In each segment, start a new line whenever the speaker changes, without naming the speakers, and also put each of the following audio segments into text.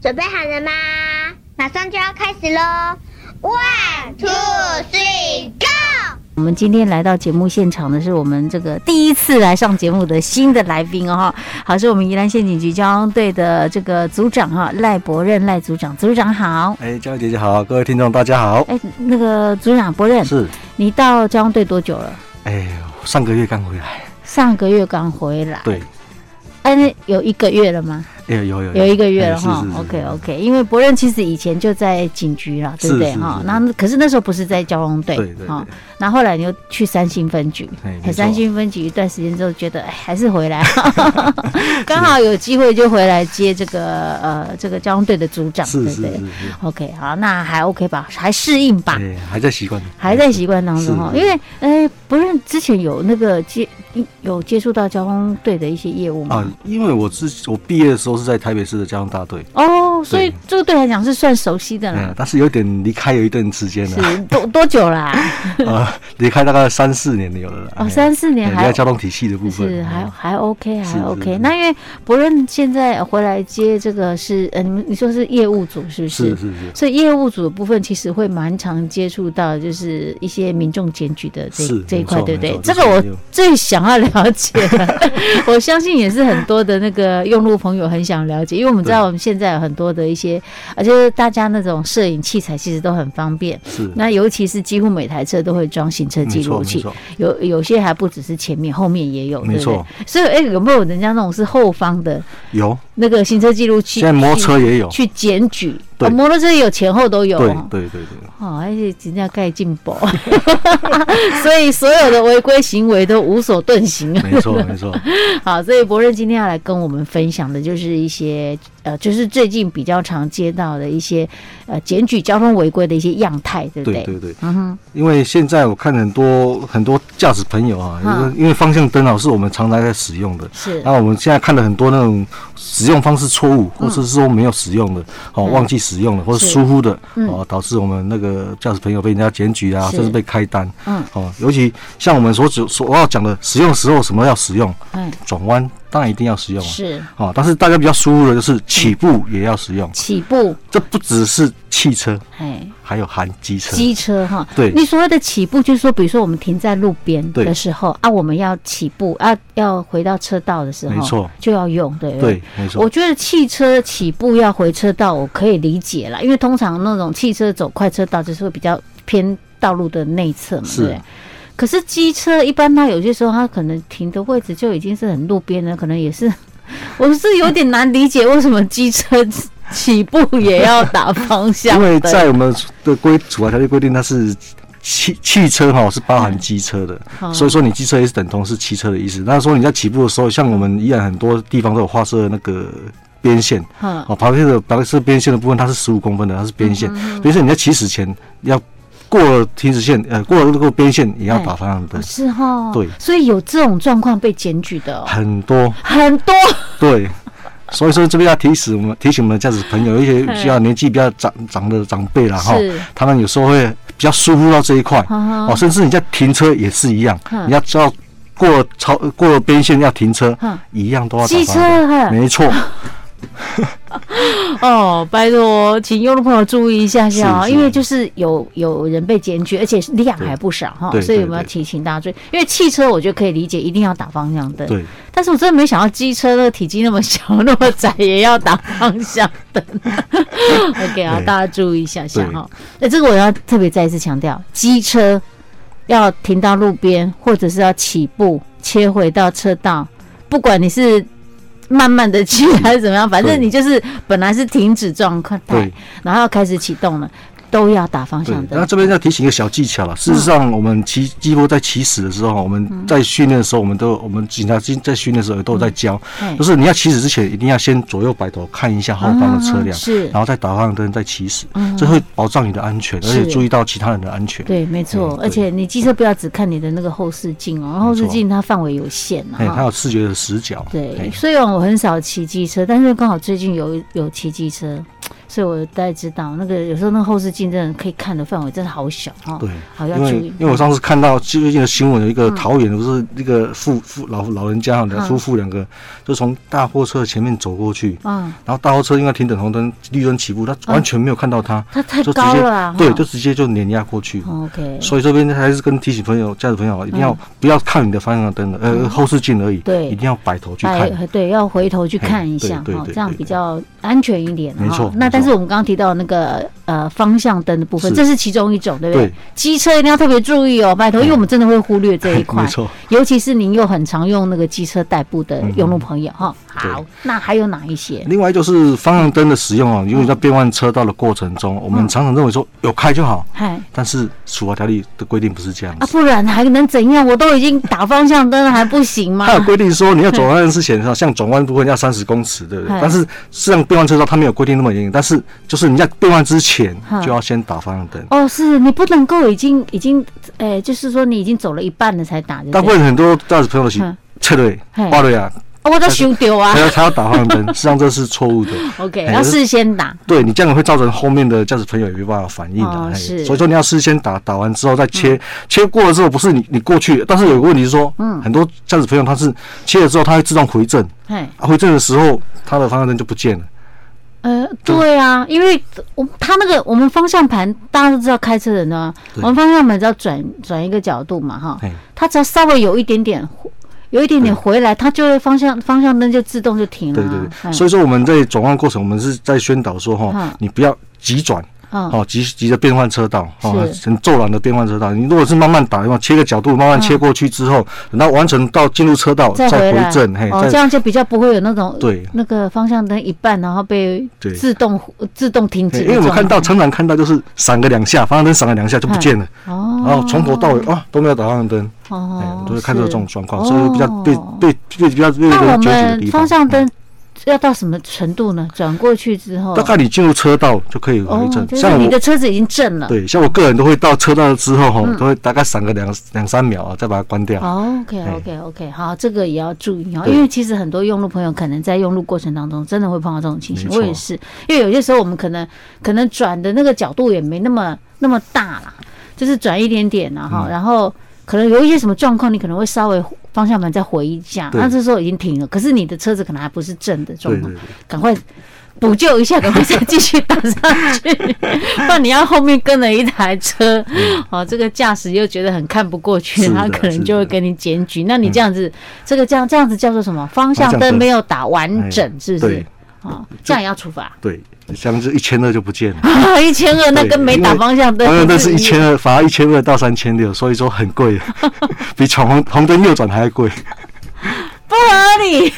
准备好了吗？马上就要开始喽！One, two, three, go！
我们今天来到节目现场的是我们这个第一次来上节目的新的来宾哦，哈好，是我们宜兰县警局交通队的这个组长哈赖伯任赖组长，组长好。
哎，佳慧姐姐好，各位听众大家好。
哎，那个组长伯任，
是，
你到交通队多久了？
哎，上个月刚回
哎
来。
上个月刚回来，
对，
哎，那有一个月了吗？
哎有有
有一个月了
哎是
哈哦
是是。
OK OK，因为伯任其实以前就在警局了，对不
是
对
是
哈？
是
那可是那时候不是在交通队
对对
哈
对，
那后来你又去三星分局
哎没，
哎
错
三星分局一段时间之后，觉得哎还是 回来， 刚好有机会就回来接这个呃这个交通队的组长，对
是
不
是
对
是是，
？OK，好，那还 OK 吧，还适应吧。
哎，还在习惯，
还在习惯当中哈，
是
因为哎，不是之前有那个接有接触到交通队的一些业务吗？
啊，因为我之我毕业的时候是在台北市的交通大队，
哦，所以
对
这个对来讲是算熟悉的
哎
啦，，
但是有点离开有一段时间了，
是多多久 啦？
啊，离开大概三四年的有了啦，
哦，
哎
三四
哎
年
离
还
开交通体系的部分
是还
哎
还 OK
是
还
是
OK
是。
那因为博任现在回来接这个是呃，你们你说是业务组是不
是
是？
是是
所以业务组的部分其实会蛮常接触到，就是一些民众检举的这
是
这一
没
块，
错
对不对
没？错
这个
就是
我
业务
最想要了解了， 我相信也是很多的那个用路朋友很想了解，因为我们知道
对
我们现在有很多的一些，而且大家那种摄影器材其实都很方便，
是，
那尤其是几乎每台车都会装行车记
没错
录
没
器，
错，
有有些还不只是前面，后面也有，对
没
不对
错？
所以，哎、有没有人家那种是后方的
有，
那个行车记录器？
现在摩托车也有，
去去检举，
哦对
哦摩托车也有前后都有、
对
哦。
对对对，
哦，而且人家盖进宝， 所以所有的违规行为都无所遁形啊。
没错没错，
好，所以博任今天要来跟我们分享的就是一些呃，就是最近比较常接到的一些呃检举交通违规的一些样态，对不
对对对。
嗯哼，
因为现在我看很多很多驾驶朋友啊，
嗯
就是因为方向灯啊是我们常常在使用的。
是
那我们现在看了很多那种使用方式错误，或者是说没有使用的，哦，
嗯
忘记使用了，或者
是
疏忽的，
嗯
哦，导致我们那个驾驶朋友被人家检举啊，
是
甚至被开单。
嗯
哦，尤其像我们所指所要讲的，使用的时候什么要使用，
嗯，
转弯当然一定要使用啊。
是
哦，但是大家比较疏忽的就是起步也要使用，
起步，
这不只是汽车，
哎，
还有含机车。
机车哈，
对
你所谓的起步，就是说，比如说我们停在路边
对
的时候啊，我们要起步啊，要回到车道的时候，
没错，
就要用，对不
对，没错
我。觉得汽车起步要回车道，我可以理解啦，因为通常那种汽车走快车道，就是会比较偏道路的内侧嘛，
是
对不对。可是机车一般，它有些时候它可能停的位置就已经是很路边了，可能也是， 我是有点难理解为什么机车起步也要打方向
因
灯。
为在我们的规处罚条例规定，它是汽汽车哈是包含机车的，
嗯
所以说你机车也是等同是汽车的意思。那说你在起步的时候，像我们依然很多地方都有画设那个边线，
嗯
哦，旁边的白色边线的部分它是十五公分的，它是边线。
嗯
比如说你在起始前要过了停止线，呃，过了这个边线也要打方向
哦
灯，
是哈，
对
所以有这种状况被检举的、哦、
很多
很 多，
对。所以说这边要提醒我们，提醒我们的驾驶朋友，一些比较年纪比较长长的长辈啦，哈
是，啊
他们有时候会比较疏忽到这一块，
哈
哦，甚至你在停车也是一样
嗯，
你要知道过超过了边线要停车
嗯，
一样都要打
机车
方向
哈
灯没错，
哦，拜托，请用的朋友注意一下下啊，
是是
因为就是有有人被检举，而且量还不少哈，
对对
所以我们要
对
提醒大家注意。因为汽车我觉得可以理解，一定要打方向灯，
对，
但是我真的没想到机车那个体积那么小，那么窄，也要打方向灯。OK 啊，
对
大家注意一下下
对
哈。那这个我要特别再一次强调，机车要停到路边，或者是要起步切回到车道，不管你是。慢慢的骑还是怎 么样，反正
对
你就是本来是停止状况态
对，
然后要开始启动了，都要打方
对
向。
那
灯。
这边要提醒一个小技巧
嗯
了。事实上，我们骑几乎在起始的时候，我们在训练的时候，我们都有我们警察在训练的时候也都有
嗯
在教，
嘿
就是你要起始之前，一定要先左右摆头看一下后方的车
啊
辆，
是
然后再打方向灯再起始
嗯，
这会保障你的安全，而
是
且注意到其他人的安全。
对，没错，
嗯对
而且你机车不要只看你的那个后视镜哦，后视镜它范围有限嘛
哎，它
哈。
有视觉的死角。
对，
哎
虽然我很少骑机车，但是刚好最近有有骑机车，所以我大概知道那个有时候那个后视镜真的可以看的范围真的好小哈，
对，
好要
因为
注意
因为我上次看到最近的新闻，有一个桃园不是一个父父老老人家
嗯
两夫妇两个，就从大货车前面走过去，
嗯，
然后大货车应该停等红灯绿灯起步，他完全没有看到他，
它嗯太
就直
高
接
了啊，
对，
哈哦
就直接就碾压过去。
OK，
所以这边还是跟提醒朋友、家长朋友一定要不要看你的方向灯了，呃，后视镜而已，
嗯对
一定要摆头去看。
哎，对，要回头去看一下
嘿对对
哈，
对
这样
对
比较安全一点。
没
哈
错
那
没错
但是我们刚刚提到那个呃方向灯的部分，
是
这是其中一种，对不对
对？
机车一定要特别注意哦，拜托，因为我们真的会忽略这一块
没。错，
尤其是您又很常用那个机车代步的用路朋友哈，
对
好，那还有哪一些？
另外就是方向灯的使用
嗯
啊，因为在变换车道的过程中，我们常常认为说有开就好，
嗨
但是处罚条例的规定不是这样
啊，
子。
不然还能怎样？我都已经打方向灯了，还不行吗
它？有规定说，你要转弯之前，像转弯部分要三十公尺，对不对
嗨？
但是事实上变换车道它没有规定那么严，但是就是你在变换之前
嗯
就要先打方向灯。
哦，是你不能够已经已经，呃，就是说你已经走了一半了才打，对
大
不
部
对？
分很多驾驶朋友都是
嗯
策略
嘿、
花瑞啊，
哦我都 修丢啊
还。要还要打方 向灯，实际上这是错误的。
OK，
哎
要
这
事先打。
对你这样会造成后面的驾驶朋友也没办法反应的、
哦
嘿
是嗯
所以说你要事先打，打完之后再切，切过了之后不是你你过去，但是有个问题是说，嗯，很多驾驶朋友他是切了之后他会自动回正，
嘿，
啊、回正的时候他的方向灯就不见了，
呃，对啊，因为我他那个我们方向盘，大家都知道开车人呢，我
对
们方向盘只要转转一个角度嘛，哈
嘿，
它只要稍微有一点点，有一点点回来，它就会方向方向灯就自动就停了
对
啊。
对对，
嗯
所以说我们在转弯过程，我们是在宣导说哈，
嗯
你不要急转。
嗯，
哦，急急着变换车道，哦，
是
很骤然的变换车道。你如果是慢慢打，用切个角度慢慢切过去之后，等到完成到进入车道
嗯再
再
回来
回正，嘿，
哦，这
再
样就比较不会有那种
对
那个方向灯一半，然后被
对
自动自动停止的
对，因
状态。
为我们看到常常看到就是闪个两下，方向灯闪了两下就不见了，
哦，
然后从头到尾啊都没有打方向灯，哎、我
哦
们，都会看到这种
是
状况，所以比较被
哦
被被比较被
那我
人纠结的
们
地
方
方。
向灯要到什么程度呢？转过去之后，
大概你进入车道就可以
哦
回，正，
就是
像
你的
我
车子已经正了。
对，像我个人都会到车道之后哈，都会大概闪个两两三秒啊，再把它关掉。
哦 OK
哎
OK OK，好，这个也要注意哦，
对
因为其实很多用路朋友可能在用路过程当中真的会碰到这种情形，
没错
我也是，因为有些时候我们可能可能转的那个角度也没那么那么大啦，就是转一点点啦
嗯
哈，然后可能有一些什么状况，你可能会稍微方向盘再回一下，
对
那这时候已经停了，可是你的车子可能还不是正的状
对
况
对，对，
赶快补救 一下，赶快再继续打上去，不然你要后面跟了一台车，哦，这个驾驶又觉得很看不过去，
嗯是的
他可能
是的嗯
就会跟你检举。那你这样子，这个这样这样子叫做什么？方向
方向
灯
灯
没有打完整，
哎
是不是
对？
哦，这样也要处罚
对，像这一千二就不见了。
啊！一千二，那
对
跟没打方向灯
当然，
不
但是一
样
千二，罚一千二到三千六，所以说很贵， 比闯红红灯右转还要贵。
不合理。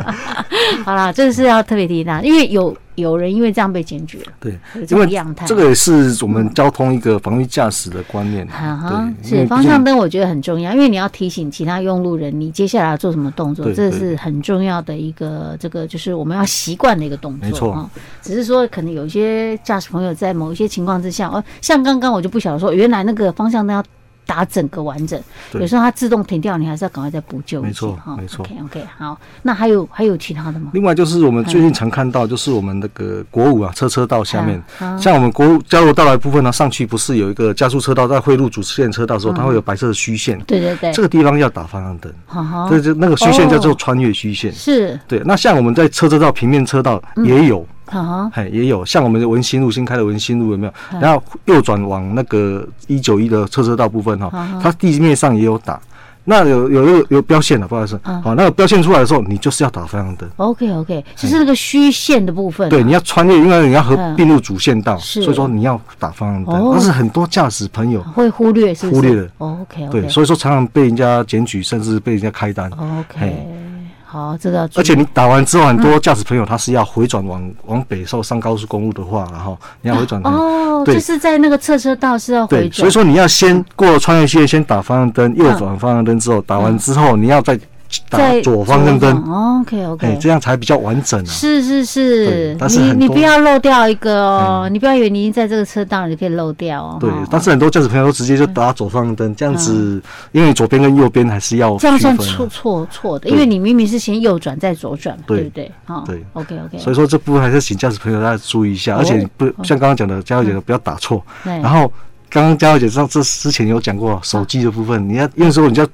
好啦，这是要特别提到，因为有有人因为这样被检举了，
对，
有这
因为
种样态。
这个也是我们交通一个防御驾驶的观念。
哈啊哈，
对，因为
是
毕
方
竟
向灯，我觉得很重要，因为你要提醒其他用路人，你接下来要做什么动作，
对
这
对
是很重要的一个，这个就是我们要习惯的一个动作。
没错
哦，只是说可能有一些驾驶朋友在某一些情况之下，哦，像刚刚我就不晓得说，原来那个方向灯要打整个完整，
对
有时候它自动停掉，你还是要赶快再补救一下。
没错
哈
没错
OK OK，好，那还有还有其他的吗？
另外就是我们最近常看到，就是我们那个国五啊，车车道下面，
啊
像我们国五交流道来部分呢，上去不是有一个加速车道在汇入主线车道的时候，它会有白色的虚线，
嗯对对对，
这个地方要打方向灯，
好好
这就那个虚线叫做穿越虚线。
哦是嗯
对，那像我们在车车道、平面车道也有，
好好
嘿，也有，像我们的文心路新开的文心路有没有？
嗯
然后右转往那个一九一的车车道部分哈、
嗯
它地面上也有打。那有有有有标线的，不好意思，
嗯
好，那个标线出来的时候，你就是要打方向灯，
，OK OK，就是那个虚线的部分啊、
哎对，你要穿越，因为你要合
嗯
并入主线道，
是
所以说你要打方向
哦
灯。但是很多驾驶朋友
会忽略是不是哦
忽略了
OK 哦 OK，
对，所以说常常被人家检举，甚至被人家开单。
OK，
嘿
好，这个要注
而
意
且你打完之后，很多
嗯
驾驶朋友他是要回转往往北受上高速公路的话，然后你要回转。
哦，
对
就是在那个侧车道是要回
对，
转，
所以说你要先过穿越线，先打方向灯，右转方向灯之后，打完之后你要再打左方向灯，
OK
哎
OK，，
这样才比较完整啊。
是是是
对，但是
你
很
你
多
不要漏掉一个哦，你不要以为你已经在这个车道，你就可以漏掉哦。
对
哈，
但是很多驾驶朋友都直接就打左方向灯，这样子，因为你左边跟右边还是要
嗯这样算
区分
错
啊
错错的，
对
因为你明明是先右转再左转嘛，
对
对不对？哈，
对
，OK OK，
所以说这部分还是请驾驶朋友大家注意一下，
哦嗯哎
而且你不像刚刚讲的，嘉慧姐不要打错。
然
然后刚刚嘉慧姐上这之前有讲过手机的部分，你要有时候你要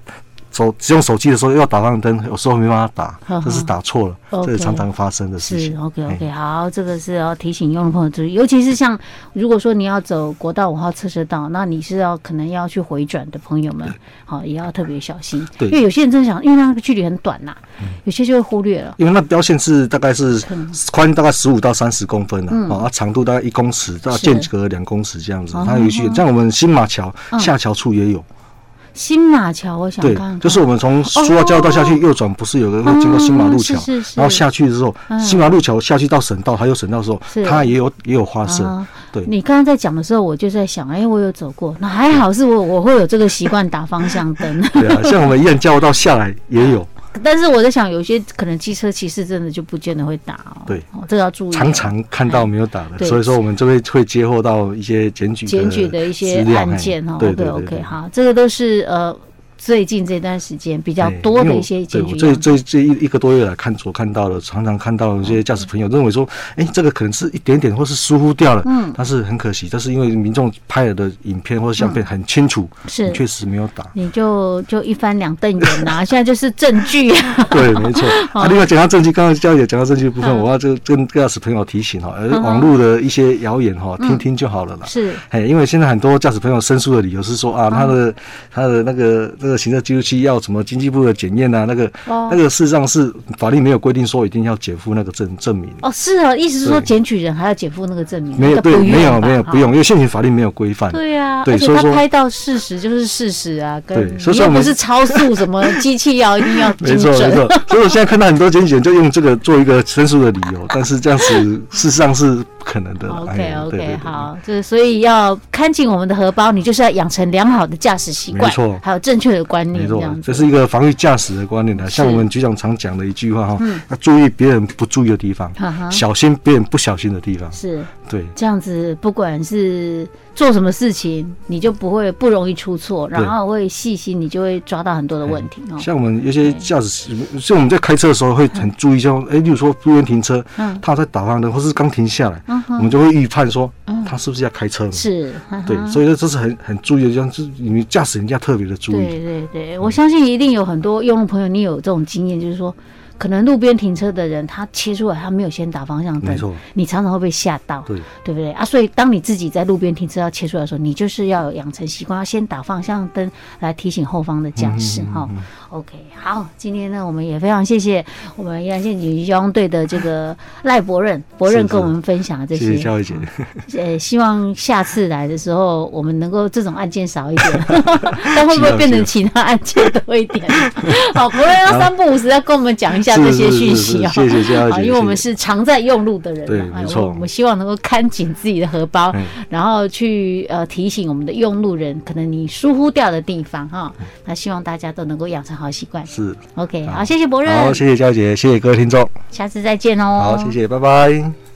手只用手机的时候要打方向灯，有时候没办法
嗯
打，这是打错了，
OK
这是常常发生的事
是
情。
OK OK，好，这个是要提醒用的朋友注意，尤其是像如果说你要走国道五号侧车道，那你是要可能要去回转的朋友们，好也要特别小心，
对嗯
因为有些人真的想，因为那个距离很短呐，有些就会忽略了。
因为那标线是大概是
嗯
宽大概十五到三十公分啊，哦啊长度大概一公尺，到
是
间隔两公尺这样子
哦。
它有一些像我们新马桥
嗯
下桥处也有，
新马桥，我想
对
看看，
就是我们从塑料交道下去右转，不是有个会经过新马路桥
哦是是，是
然后下去的时候
嗯，
新马路桥下去到省道，还有省道的时候
是，
它也有也有花生，
啊
对
你刚刚在讲的时候，我就在想，哎，我有走过，那还好是我我会有这个习惯打方向灯，
对啊，像我们燕交道下来也有，
但是我在想，有些可能机车骑士真的就不见得会打哦，
对
哦，这个要注意哦，
常常看到没有打的，
对
所以说我们这边会接获到一些检举
检举的一些
资料
案件哦
嘿
哈。
对
OK
对
OK，
对。
好，这个都是呃最近这段时间比较多的一些啊
对
检
我
举
这
样子。
这这一一个多月来看所看到的，常常看到有些驾驶朋友认为说，哎，这个可能是一点点或是疏忽掉了，
嗯
但是很可惜，但是因为民众拍了的影片或者相片很清楚，
嗯是，
你确实没有打
你就就一翻两瞪眼 呐、现在就是证据、
对，没错。
好
啊，另外讲到证据，刚刚教姐讲到证据的部分，我要就跟驾驶朋友提醒哈，而
嗯
网络的一些谣言哈，听听就好了啦。
是
哎，因为现在很多驾驶朋友申诉的理由是说
嗯
啊，他的他的那个那个行车记录器要什么经济部的检验啊，那个
哦
那个事实上是法律没有规定说一定要减负那个证证明，
哦，是哦，意思是说
对
检举人还要检附那个证明，
没有
那
对
不用
没有
吧
没有
哈
不用，因为现行法律没有规范。
对啊，
对
而且
所以
他
说
拍到事实就是事实啊，跟
对所以
你又
说我
不
们
是超速什么机器要一定要
没
精
错没
准，
错，所以我现在看到很多检举人就用这个做一个申诉的理由，但是这样子事实上是不可能的啦。
OK
哎对
OK，
对对
好，这所以要看紧我们的荷包，你就是要养成良好的驾驶习惯，
没错
还有正确的观念，
没
这
错
样，
这
子。
是一个防御驾驶的观念的，像
是嗯
我们局长常讲的一句话哈，要注意别人不注意的地方
哈哈，
小心别人不小心的地方。
是
对，
这样子，不管是做什么事情，你就不会不容易出错，
对哎
然后会细心，你就会抓到很多的问题哦。
像我们有些驾驶，像我们在开车的时候会很注意，像哎，例如说路边停车
嗯，
他在打方向灯，或是刚停下来，
嗯哼嗯
我们就会预判说他是不是要开车嘛。
是，嗯哈哈
对，所以说这是很很注意的，像是你们驾驶人要特别的注意。
对对对，我相信一定有很多用户朋友，你有这种经验，就是说，可能路边停车的人他切出来，他没有先打方向灯
没错，
你常常会被吓到，
对
对不对啊？所以当你自己在路边停车要切出来的时候，你就是要有养成习惯，要先打方向灯来提醒后方的驾驶哈。OK，好，
嗯
今天呢，我们也非常谢谢我们宜兰县警局交通队的这个赖博任，博任
是
跟我们分享的这
谢
些。
谢嘉慧姐，
呃，希望下次来的时候，我们能够这种案件少一点， 但会不会变成其他案件多一点？好，不然要三不五时要跟我们讲一下这些讯息哦。
是是是是谢谢嘉
好
慧姐，
因为我们
谢
是
谢
常在用路的人
对
嘛，哎
没错
我我们希望能够看紧自己的荷包，
嗯
然后去呃提醒我们的用路人，可能你疏忽掉的地方哈、
哎
那希望大家都能够养成好习惯。
是
OK，好，谢谢博任，
好，谢谢嘉慧姐，谢谢各位听众，
下次再见哦。
好，谢谢，拜拜。